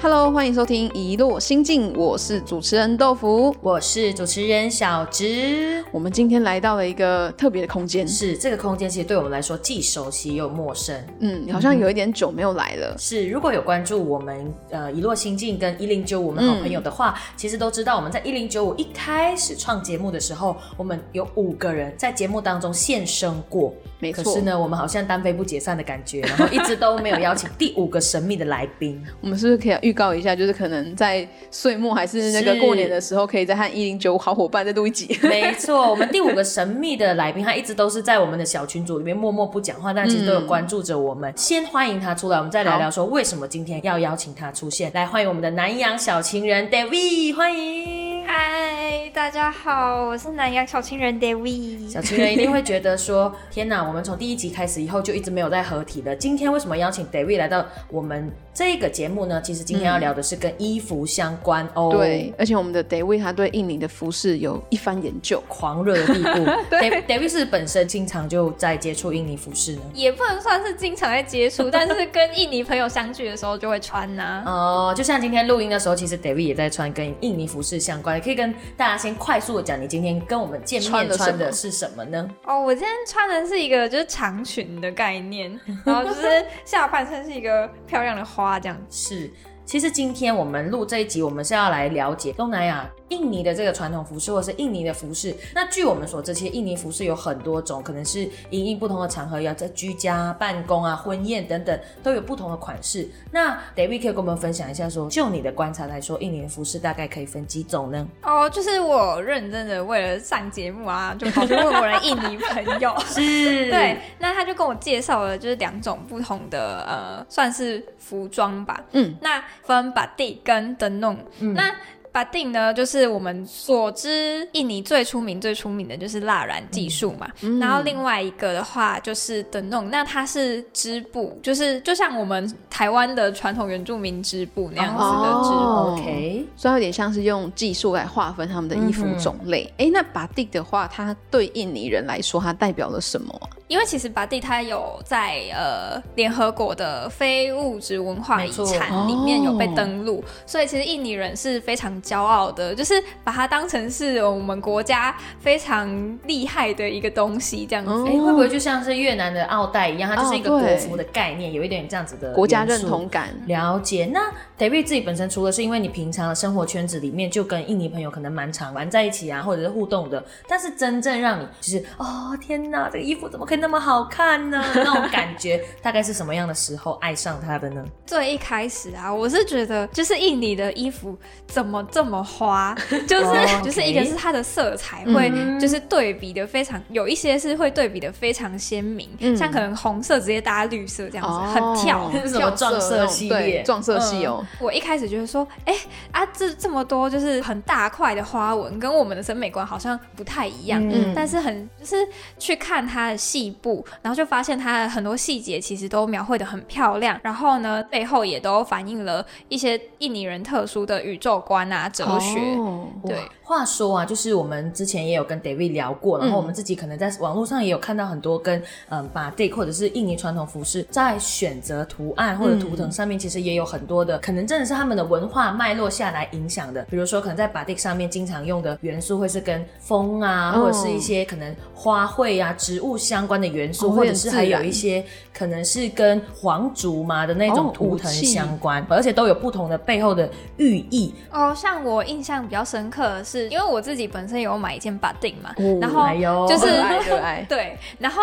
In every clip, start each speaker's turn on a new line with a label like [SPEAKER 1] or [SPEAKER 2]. [SPEAKER 1] Hello，欢迎收听《一落心境》，我是主持人豆腐。
[SPEAKER 2] 我是主持人小植。
[SPEAKER 1] 我们今天来到了一个特别的空间，
[SPEAKER 2] 是这个空间，其实对我们来说既熟悉又陌生。
[SPEAKER 1] 嗯，好像有一点久没有来了。
[SPEAKER 2] 是，如果有关注我们呃一落心境跟一零九五我们好朋友
[SPEAKER 1] 嗯
[SPEAKER 2] 的话，其实都知道我们在一零九五一开始创节目的时候，我们有五个人在节目当中现身过。
[SPEAKER 1] 没
[SPEAKER 2] 可
[SPEAKER 1] 错，
[SPEAKER 2] 是呢，我们好像单飞不解散的感觉，然后一直都没有邀请第五个神秘的来宾。
[SPEAKER 1] 我们是不是可以预告一下，就是可能在岁末还是那个
[SPEAKER 2] 是
[SPEAKER 1] 过年的时候，可以再和一零九好伙伴再录一 集？
[SPEAKER 2] 没错，我们第五个神秘的来宾，他一直都是在我们的小群组里面默默不讲话，但其实都有关注着我们。先欢迎他出来，我们再聊聊说为什么今天要邀请他出现。来，欢迎我们的南洋小情人 David，欢迎。
[SPEAKER 3] 嗨，大家好，我是南洋小情人 David。
[SPEAKER 2] 小情人一定会觉得说：“天哪，我们从第一集开始以后就一直没有在合体了。今天为什么邀请 David 来到我们这个节目呢？其实今天要聊的是跟衣服相关哦。
[SPEAKER 1] 对，而且我们的 David 他对印尼的服饰有一番研究。
[SPEAKER 2] 狂热的地步，David David 是本身经常就在接触印尼服饰呢。
[SPEAKER 3] 也不能算是经常在接 触，但是跟印尼朋友相聚的时候就会穿呐、
[SPEAKER 2] 哦，就像今天录音的时候，其实 David 也在穿跟印尼服饰相关的，可以跟大家先快速的讲，你今天跟我们见
[SPEAKER 1] 穿
[SPEAKER 2] 面
[SPEAKER 1] 了什么
[SPEAKER 2] 穿的是什么呢？
[SPEAKER 3] 哦，我今天穿的是一个就是长裙的概 念，然后就是下半身是一个漂亮的花这样子。
[SPEAKER 2] 是，其实今天我们录这一集，我们是要来了解东南亚印尼的这个传统服饰，或者是印尼的服饰。那据我们所知，其实印尼服饰有很多种，可能是因应不同的场合，要在居家、办公啊、婚宴等等，都有不同的款式。那 David 可以跟我们分享一下说就你的观察来说，印尼的服饰大概可以分几种呢？
[SPEAKER 3] 哦，就是我认真的为了上节目啊，就跑去问我的印尼朋 友。
[SPEAKER 2] 是
[SPEAKER 3] 对，那他就跟我介绍了，就是两种不同的呃，算是服装吧。
[SPEAKER 1] 嗯，
[SPEAKER 3] 那分把地跟灯弄，那。把定呢，就是我们所知印尼最出名、最出名的就是蜡染技术嘛。
[SPEAKER 1] 嗯
[SPEAKER 2] 嗯
[SPEAKER 3] 然后另外一个的话就是灯弄，那它是织布，就是就像我们台湾的传统原住民织布那样子的织布。
[SPEAKER 1] 哦
[SPEAKER 2] OK，
[SPEAKER 1] 所以它有点像是用技术来划分他们的衣服
[SPEAKER 2] 嗯哼
[SPEAKER 1] 种类。哎、那把地的话，它对印尼人来说，它代表了什么啊、
[SPEAKER 3] 因为其实巴蒂它有在呃联合国的非物质文化遗产里面
[SPEAKER 1] 没错哦
[SPEAKER 3] 有被登录，所以其实印尼人是非常骄傲的，就是把它当成是我们国家非常厉害的一个东西这样子。
[SPEAKER 1] 哦
[SPEAKER 2] 哎、会不会就像是越南的奥黛一样，它就是一个
[SPEAKER 1] 哦
[SPEAKER 2] 国
[SPEAKER 1] 对
[SPEAKER 2] 服的概念，有一点这样子的
[SPEAKER 1] 国家
[SPEAKER 2] 呃元
[SPEAKER 1] 认
[SPEAKER 2] 素
[SPEAKER 1] 同感？
[SPEAKER 2] 了解，那 David 自己本身除了是因为你平常的生活圈子里面就跟印尼朋友可能蛮常玩在一起啊，或者是互动的，但是真正让你就是哦天哪，这个衣服怎么可以那么好看呢？那种感觉 大概是什么样的时候爱上它的呢？
[SPEAKER 3] 最一开始啊，我是觉得就是印尼的衣服怎么这么 花，就是、
[SPEAKER 2] 哦，OK
[SPEAKER 3] 就是一个是它的色彩会
[SPEAKER 2] 嗯
[SPEAKER 3] 就是对比的非常，有一些是会对比的非常鲜明，
[SPEAKER 1] 嗯
[SPEAKER 3] 像可能红色直接搭绿色这样子，
[SPEAKER 1] 哦
[SPEAKER 3] 很跳。
[SPEAKER 2] 是什么撞色
[SPEAKER 1] 那种
[SPEAKER 2] 系
[SPEAKER 1] 对
[SPEAKER 2] 列
[SPEAKER 1] 撞色系哦。
[SPEAKER 3] 我一开始觉得说，哎、啊，这这么多就是很大块的花纹，跟我们的审美观好像不太一样。
[SPEAKER 1] 嗯
[SPEAKER 3] 但是很就是去看它的细部，然后就发现它的很多细节其实都描绘的很漂亮，然后呢背后也都反映了一些印尼人特殊的宇宙观啊、哲学。
[SPEAKER 1] 哦
[SPEAKER 3] 对
[SPEAKER 2] 哇，话说啊，就是我们之前也有跟 David 聊过，然后
[SPEAKER 1] 嗯
[SPEAKER 2] 我们自己可能在网络上也有看到很多跟嗯把 d 或者是印尼传统服饰在选择图案或者图腾上面，其实也有很多的，可能真的是他们的文化脉络下来影响的。比如说，可能在把 d 上面经常用的元素会是跟风啊，
[SPEAKER 1] 哦
[SPEAKER 2] 或者是一些可能花卉啊、植物相关的元素，
[SPEAKER 1] 哦
[SPEAKER 2] 或者是还
[SPEAKER 1] 有点自然
[SPEAKER 2] 有一些可能是跟皇族嘛的那种
[SPEAKER 1] 哦
[SPEAKER 2] 图腾
[SPEAKER 1] 武器
[SPEAKER 2] 相关，而且都有不同的背后的寓意。
[SPEAKER 3] 哦，像我印象比较深刻的是，因为我自己本身有买一件把定嘛，
[SPEAKER 1] 哦
[SPEAKER 3] 然后
[SPEAKER 2] 哎呦
[SPEAKER 3] 就是
[SPEAKER 1] 热爱热 爱
[SPEAKER 3] 对，然后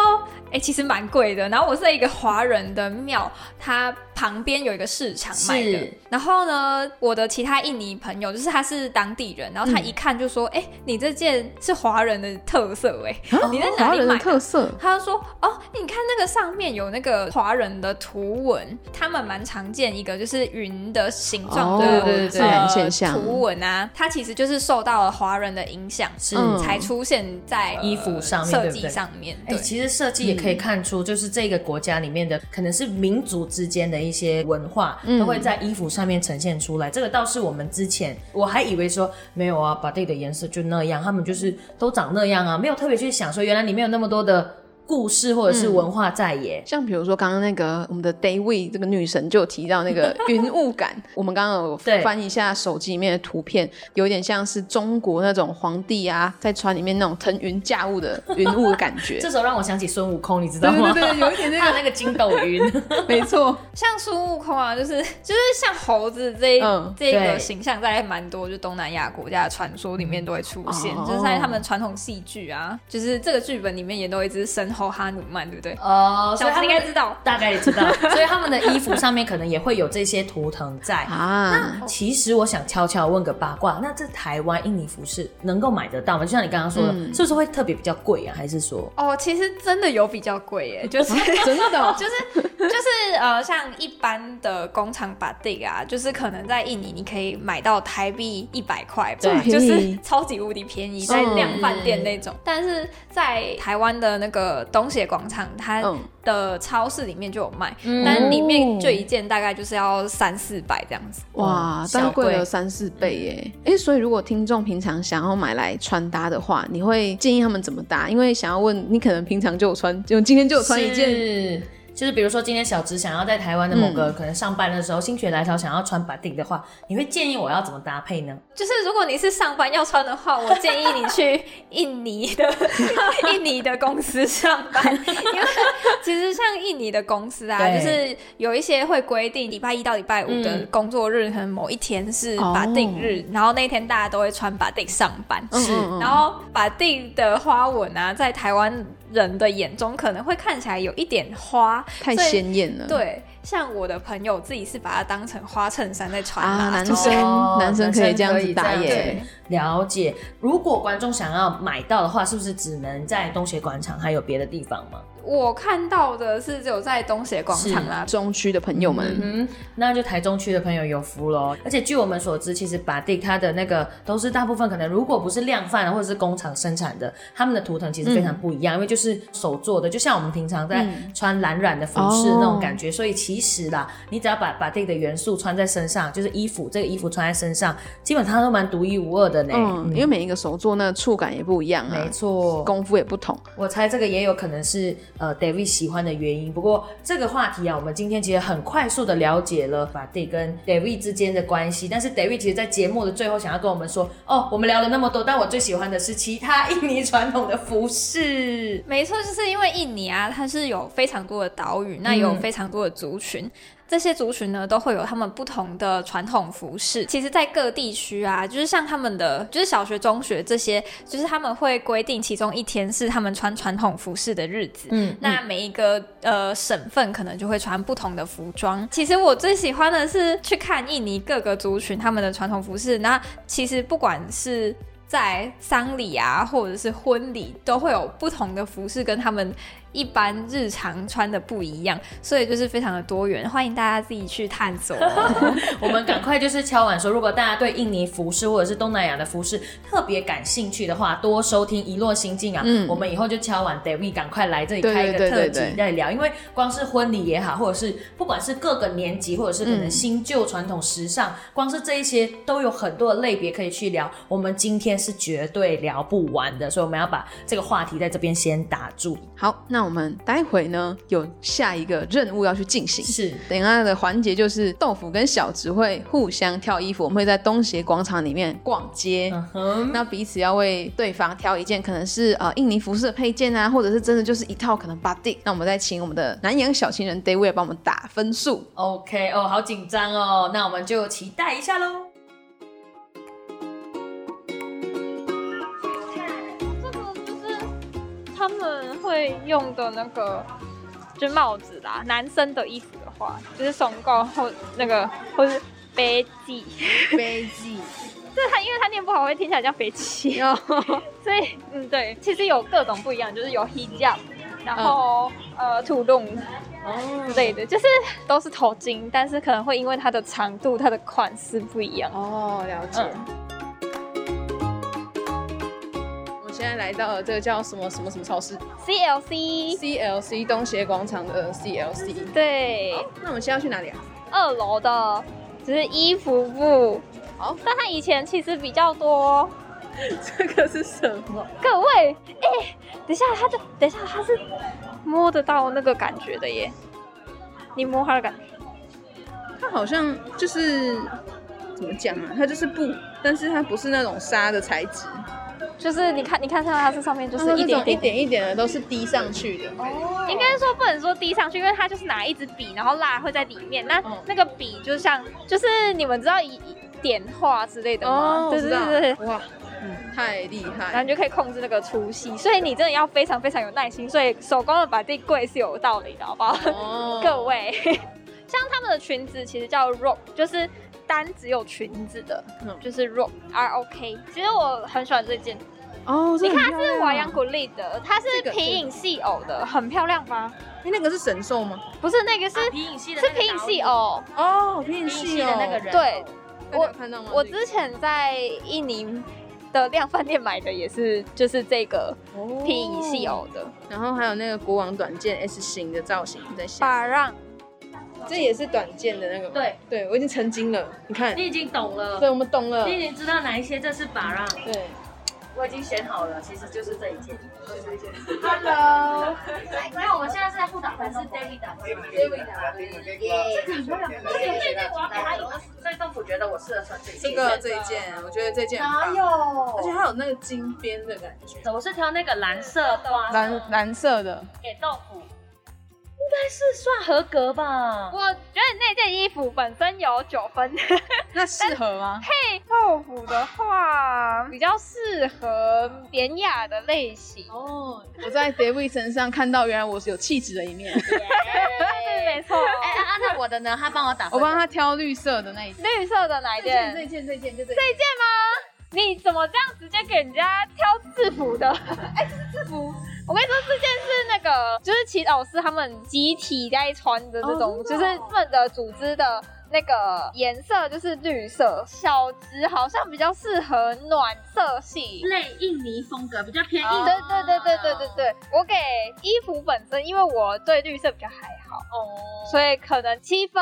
[SPEAKER 3] 哎、其实蛮贵的。然后我是在一个华人的庙，它旁边有一个市场买的
[SPEAKER 2] 是。
[SPEAKER 3] 然后呢，我的其他印尼朋友，就是他是当地人，然后他一看就说：“哎、你这件是华人的特色哎、
[SPEAKER 1] 啊
[SPEAKER 3] 你在哪
[SPEAKER 1] 华
[SPEAKER 3] 里
[SPEAKER 1] 人的
[SPEAKER 3] 买的？”
[SPEAKER 1] 特色？
[SPEAKER 3] 他就说：“哦，你看那个上面有那个华人的图文，他们蛮常见一个就是云的形状的、
[SPEAKER 1] 哦
[SPEAKER 2] 对对对自
[SPEAKER 1] 然
[SPEAKER 3] 呃
[SPEAKER 1] 现象
[SPEAKER 3] 图文啊，它其实就是受到了华人的影响，
[SPEAKER 2] 是
[SPEAKER 1] 嗯
[SPEAKER 3] 才出现在
[SPEAKER 2] 衣服上面
[SPEAKER 3] 设
[SPEAKER 2] 对不
[SPEAKER 3] 计
[SPEAKER 2] 对
[SPEAKER 3] 上面。
[SPEAKER 2] 哎、
[SPEAKER 3] 对，
[SPEAKER 2] 其实设计也可以看出，就是这个国家里面的、可能是民族之间的一些文化，都会在衣服上面呈现出来。这个倒是我们之前我还以为说没有啊，把 y 的颜色就那样，他们就是都长那样啊，没有特别去想说原来里面有那么多的。故事或者是文化在耶。
[SPEAKER 1] 像比如说刚刚那个我们的 Daywee 这个女神就有提到那 个云雾感，我们刚刚有
[SPEAKER 2] 对
[SPEAKER 1] 翻一下手机里面的图片，有点像是中国那种皇帝啊在船里面那种腾云驾雾的云雾的感 觉
[SPEAKER 2] 这。时候让我想起孙悟空，你知道
[SPEAKER 1] 对对
[SPEAKER 2] 吗？
[SPEAKER 1] 对，有一点
[SPEAKER 2] 他有那个筋斗云，
[SPEAKER 1] 没 错，
[SPEAKER 3] 像孙悟空啊，就是就是像猴子这一、
[SPEAKER 1] 嗯
[SPEAKER 3] 这个
[SPEAKER 2] 对
[SPEAKER 3] 形象，在蛮多就东南亚国家的传说里面都会出现，
[SPEAKER 1] 哦
[SPEAKER 3] 就是在他们传统戏剧啊，就是这个剧本里面也都有一只神猴哈努曼，对不对？
[SPEAKER 2] 哦，所
[SPEAKER 3] 小
[SPEAKER 2] 以他
[SPEAKER 3] 智
[SPEAKER 2] 们
[SPEAKER 3] 应该知道，
[SPEAKER 2] 大概也知道，所以他们的衣服上面可能也会有这些图腾 在。
[SPEAKER 1] 啊，
[SPEAKER 2] 其实我想悄悄问个八卦，那这台湾印尼服饰能够买得到吗？就像你刚刚说的，
[SPEAKER 1] 嗯
[SPEAKER 2] 是不是会特别比较贵啊？还是说
[SPEAKER 3] 哦，其实真的有比较贵耶，就是
[SPEAKER 1] 真的哦
[SPEAKER 3] 就是就是呃，像一般的工厂把定啊，就是可能在印尼你可以买到台币一百块吧
[SPEAKER 2] 这么，
[SPEAKER 1] 便宜嗯
[SPEAKER 3] 就是 超级无敌便宜，在量贩店那种。但是在台湾的那个东协广场，它
[SPEAKER 1] 嗯哦
[SPEAKER 3] 的超市里面就有卖，
[SPEAKER 2] 嗯
[SPEAKER 3] 但里面就一件大概就是要三四百这样子。
[SPEAKER 1] 哇
[SPEAKER 2] 嗯，
[SPEAKER 1] 但
[SPEAKER 2] 小
[SPEAKER 1] 贵了
[SPEAKER 2] 贵
[SPEAKER 1] 三四倍耶！哎、所以如果听众平常想要买来穿搭的话，你会建议他们怎么搭？因为想要问你，可能平常就有穿，就今天就有穿一件，
[SPEAKER 2] 是就是比如说今天小直想要在台湾的某
[SPEAKER 1] 嗯
[SPEAKER 2] 个、可能上班的时候心血来潮想要穿把定的话，你会建议我要怎么搭配呢？
[SPEAKER 3] 就是如果你是上班要穿的话，我建议你去印尼的 印尼的公司上班，因为其实像印尼的公司啊，
[SPEAKER 2] 对
[SPEAKER 3] 就是有一些会规定礼拜一到礼拜五的
[SPEAKER 2] 嗯
[SPEAKER 3] 工作日，可能某一天是
[SPEAKER 1] 哦
[SPEAKER 3] 法定日，然后那天大家都会穿法定上班。
[SPEAKER 1] 嗯
[SPEAKER 2] 是
[SPEAKER 1] 嗯嗯
[SPEAKER 3] 然后法定的花纹啊，在台湾人的眼中可能会看起来有一点花，
[SPEAKER 1] 太
[SPEAKER 3] 所以
[SPEAKER 1] 鲜艳了。
[SPEAKER 3] 对，像我的朋友自己是把它当成花衬衫在穿
[SPEAKER 1] 啊，
[SPEAKER 3] 啦
[SPEAKER 1] 男生、
[SPEAKER 2] 哦
[SPEAKER 1] 男生可以这样
[SPEAKER 2] 男生可
[SPEAKER 1] 子
[SPEAKER 2] 以
[SPEAKER 1] 搭
[SPEAKER 2] 这样
[SPEAKER 1] 耶
[SPEAKER 3] 对，
[SPEAKER 2] 了解。如果观众想要买到的话，是不是只能在东协广场，还有别的地方吗？
[SPEAKER 3] 我看到的是只有在东协广场啦，
[SPEAKER 1] 啊中区的朋友们。
[SPEAKER 2] 嗯，那就台中区的朋友有福喽。而且据我们所知，其实把地它的那个都是大部分可能如果不是量贩啊或者是工厂生产的，他们的图腾其实非常不一样，因为就是手做的，就像我们平常在穿蓝染的服饰
[SPEAKER 1] 哦
[SPEAKER 2] 那种感觉。所以其实啦，你只要把把地的元素穿在身上，就是衣服这个衣服穿在身上，基本上都蛮独一无二的呢。
[SPEAKER 1] 嗯，因为每一个手做那个触感也不一样啊，
[SPEAKER 2] 没错，
[SPEAKER 1] 功夫也不同。
[SPEAKER 2] 我猜这个也有可能是呃 David 喜欢的原因。不过这个话题啊，我们今天其实很快速的了解了法蒂跟 David 之间的关系。但是 David 其实，在节目的最后想要跟我们说，哦，我们聊了那么多，但我最喜欢的是其他印尼传统的服饰。
[SPEAKER 3] 没错，就是因为印尼啊，它是有非常多的岛屿，那也有非常多的族群。这些族群呢，都会有他们不同的传统服饰。其实，在各地区啊，就是像他们的，就是小学、中学这些，就是他们会规定其中一天是他们穿传统服饰的日子。
[SPEAKER 2] 嗯，
[SPEAKER 3] 那每一个呃省份可能就会穿不同的服装。其实我最喜欢的是去看印尼各个族群他们的传统服饰。那其实不管是在丧礼啊，或者是婚礼，都会有不同的服饰跟他们一般日常穿的不一样，所以就是非常的多元，欢迎大家自己去探索哦。
[SPEAKER 2] 我们赶快就是敲碗说，如果大家对印尼服饰或者是东南亚的服饰特别感兴趣的话，多收听《一落心境》啊。
[SPEAKER 1] 嗯
[SPEAKER 2] 我们以后就敲碗 David 赶快来这里开一个
[SPEAKER 1] 对对
[SPEAKER 2] 特
[SPEAKER 1] 对
[SPEAKER 2] 辑
[SPEAKER 1] 对对
[SPEAKER 2] 再聊，因为光是婚礼也好，或者是不管是各个年级，或者是可能新旧传统时尚，光是这一些都有很多的类别可以去聊。我们今天是绝对聊不完的，所以我们要把这个话题在这边先打住。
[SPEAKER 1] 好，那我们待会呢有下一个任务要去进行。
[SPEAKER 2] 是。
[SPEAKER 1] 等一下的环节就是豆腐跟小植会互相挑衣服，我们会在东协广场里面逛街。
[SPEAKER 2] 嗯哼，
[SPEAKER 1] 那彼此要为对方挑一件，可能是呃印尼服饰的配件啊，或者是真的就是一套可能 b o d y 那我们再请我们的南洋小情人 David 来帮我们打分数。
[SPEAKER 2] OK 哦，好紧张哦，那我们就期待一下喽。
[SPEAKER 3] 这个就是他们会用的那个，就是帽子啦。男生的衣服的话，就是松糕或那个或是飞机，
[SPEAKER 1] 飞机，
[SPEAKER 3] 这它因为它念不好会听起来叫飞机， 所以嗯对，其实有各种不一样，就是有 hijab，然后、呃土洞之类的，就是都是头巾，但是可能会因为它的长度、它的款式不一样。
[SPEAKER 1] 哦，了解。嗯我们现在来到了这个叫什么什么什么超市嗯
[SPEAKER 3] CLC
[SPEAKER 1] ，CLC 东协广场的 CLC。
[SPEAKER 3] 对。
[SPEAKER 1] 那我们现在要去哪里啊？
[SPEAKER 3] 二楼的，只是衣服部。
[SPEAKER 1] 好
[SPEAKER 3] 但它以前其实比较多
[SPEAKER 1] 这个是什么？
[SPEAKER 3] 各位，哎、等一下，它的，等一下，它是摸得到那个感觉的耶。你摸它的感觉，
[SPEAKER 1] 它好像就是怎么讲啊？它就是布，但是它不是那种纱的材质，
[SPEAKER 3] 就是你看，你看上它是上面就
[SPEAKER 1] 就是
[SPEAKER 3] 一
[SPEAKER 1] 一嗯
[SPEAKER 3] 点
[SPEAKER 1] 种一
[SPEAKER 3] 点，
[SPEAKER 1] 点一点的都是滴上去的。
[SPEAKER 3] 应该说不能说滴上去，因为它就是拿一支笔，然后蜡会在里面。那
[SPEAKER 1] 嗯
[SPEAKER 3] 那个笔就像，就是你们知道一一点画之类的吗？
[SPEAKER 1] 哦我
[SPEAKER 3] 对
[SPEAKER 1] 知
[SPEAKER 3] 对
[SPEAKER 1] 道
[SPEAKER 3] 对对。
[SPEAKER 1] 哇，嗯太厉
[SPEAKER 3] 然 后
[SPEAKER 1] 害！
[SPEAKER 3] 你就可以控制那个粗细，所以你真的要非常非常有耐心。所以手工的把地贵是有道理的，好不好？
[SPEAKER 2] 嗯
[SPEAKER 1] 哦
[SPEAKER 3] 各位， 像他们的裙子其实叫 rock，就是单只有裙子的，
[SPEAKER 1] 嗯
[SPEAKER 3] 就是 rock R O K。其实我很喜欢这件，
[SPEAKER 1] 哦，
[SPEAKER 3] 你看它
[SPEAKER 1] 它
[SPEAKER 3] 是瓦扬古丽
[SPEAKER 2] 嗯
[SPEAKER 3] 的，它是
[SPEAKER 1] 这个
[SPEAKER 3] 皮影戏偶的，很漂亮吧？
[SPEAKER 1] 哎，那个是神兽吗？
[SPEAKER 3] 不是那个是、
[SPEAKER 2] 啊皮影戏的
[SPEAKER 3] 是
[SPEAKER 2] 那个
[SPEAKER 3] 皮影
[SPEAKER 2] 导
[SPEAKER 3] 戏
[SPEAKER 2] 演
[SPEAKER 3] 偶，
[SPEAKER 1] 哦，皮
[SPEAKER 2] 皮
[SPEAKER 1] 影
[SPEAKER 2] 影
[SPEAKER 1] 戏
[SPEAKER 2] 戏
[SPEAKER 1] 哦
[SPEAKER 2] 的那个人，
[SPEAKER 3] 对，
[SPEAKER 1] 大家
[SPEAKER 3] 我
[SPEAKER 1] 有看到吗？
[SPEAKER 3] 我
[SPEAKER 1] 这
[SPEAKER 3] 之前在印尼的量贩店买的也是就是这个
[SPEAKER 2] 哦
[SPEAKER 1] 个
[SPEAKER 3] 皮影戏，偶的
[SPEAKER 1] 哦然后还有那个国王短剑 S 型的造型在下，
[SPEAKER 3] 巴让。
[SPEAKER 1] 这也是短剑的那个吗。
[SPEAKER 2] 对，
[SPEAKER 1] 对，我已经成精了，你看，
[SPEAKER 2] 你已经懂了
[SPEAKER 1] 对，，我们懂了
[SPEAKER 2] 你。已经知道哪一些这是法让，
[SPEAKER 1] 对
[SPEAKER 2] 我已经选好了，其实就是这一件。
[SPEAKER 1] ，Hello，
[SPEAKER 2] 因为我们现在是在不打牌，是 David 打牌。David 打牌，耶！这很漂亮。现在我要给他赢。所以豆腐觉得我适合穿这一件。
[SPEAKER 1] 这个这一件，我觉得这件很
[SPEAKER 2] 哪
[SPEAKER 1] 棒，而且
[SPEAKER 2] 有？
[SPEAKER 1] 它有那个金边的感觉，
[SPEAKER 2] 我是挑那个蓝色花
[SPEAKER 1] 蓝蓝色的，
[SPEAKER 2] 给豆腐，应该是算合格吧？
[SPEAKER 3] 我觉得那件衣服本身有九分，
[SPEAKER 1] 那适合吗？
[SPEAKER 3] 豆腐的话比较适合典雅的类型。
[SPEAKER 1] 哦，我在 David 身上看到原来我是有气质的一面，
[SPEAKER 3] 对，没错。
[SPEAKER 2] 哎，啊啊那我的呢？他帮我打
[SPEAKER 1] 我
[SPEAKER 2] 分。
[SPEAKER 1] 帮他挑绿色的那一件，
[SPEAKER 3] 绿色的哪一件？
[SPEAKER 1] 这一件这一件就这一件
[SPEAKER 3] 这一件吗？你怎么这样直接给人家挑制服的？ 哎、这是制服。我跟你说，这件是那个，就是祈祷师他们集体在穿的这种，
[SPEAKER 1] 哦
[SPEAKER 3] 就
[SPEAKER 1] 真
[SPEAKER 3] 是
[SPEAKER 1] 的哦
[SPEAKER 3] 他们的组织的那个颜色就是绿色。小直好像比较适合暖色系。
[SPEAKER 2] 类印尼风格，比较偏
[SPEAKER 1] 哦
[SPEAKER 3] 对对对对对对对，我给衣服本身，因为我对绿色比较还好，
[SPEAKER 2] 哦
[SPEAKER 3] 所以可能七分。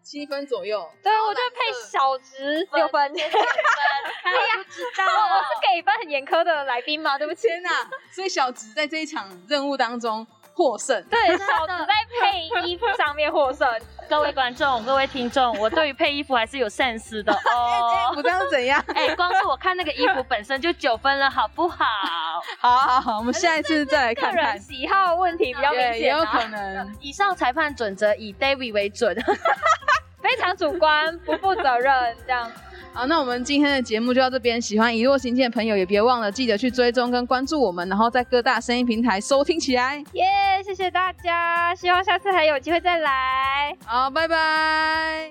[SPEAKER 1] 七分左右，
[SPEAKER 3] 对，我就配小直六分。
[SPEAKER 2] 他也不知道
[SPEAKER 3] 我我是给分很严苛的来宾吗？对不起。
[SPEAKER 1] 天哪、所以小直在这一场任务当中获胜。
[SPEAKER 3] 对，小子在配衣服上面获胜。
[SPEAKER 4] 各位观众、各位听众，我对于配衣服还是有 sense 的
[SPEAKER 1] 哎
[SPEAKER 4] 哦。
[SPEAKER 1] 我这样是怎样？
[SPEAKER 4] 哎、光是我看那个衣服本身就九分了，好不好？
[SPEAKER 1] 好好好，我们下一次再来
[SPEAKER 3] 个
[SPEAKER 1] 看看
[SPEAKER 3] 人，喜好问题比较明
[SPEAKER 1] 对，也
[SPEAKER 3] 显
[SPEAKER 1] 有
[SPEAKER 3] 啊，
[SPEAKER 1] 可能。
[SPEAKER 4] 以上裁判准则以 David 为准。
[SPEAKER 3] 非常主观，不负责任这样。
[SPEAKER 1] 好，那我们今天的节目就到这边。喜欢《一落行见》的朋友也别忘了记得去追踪跟关注我们，然后在各大声音平台收听起来。
[SPEAKER 3] 耶、谢谢大家，希望下次还有机会再来。
[SPEAKER 1] 好，拜拜。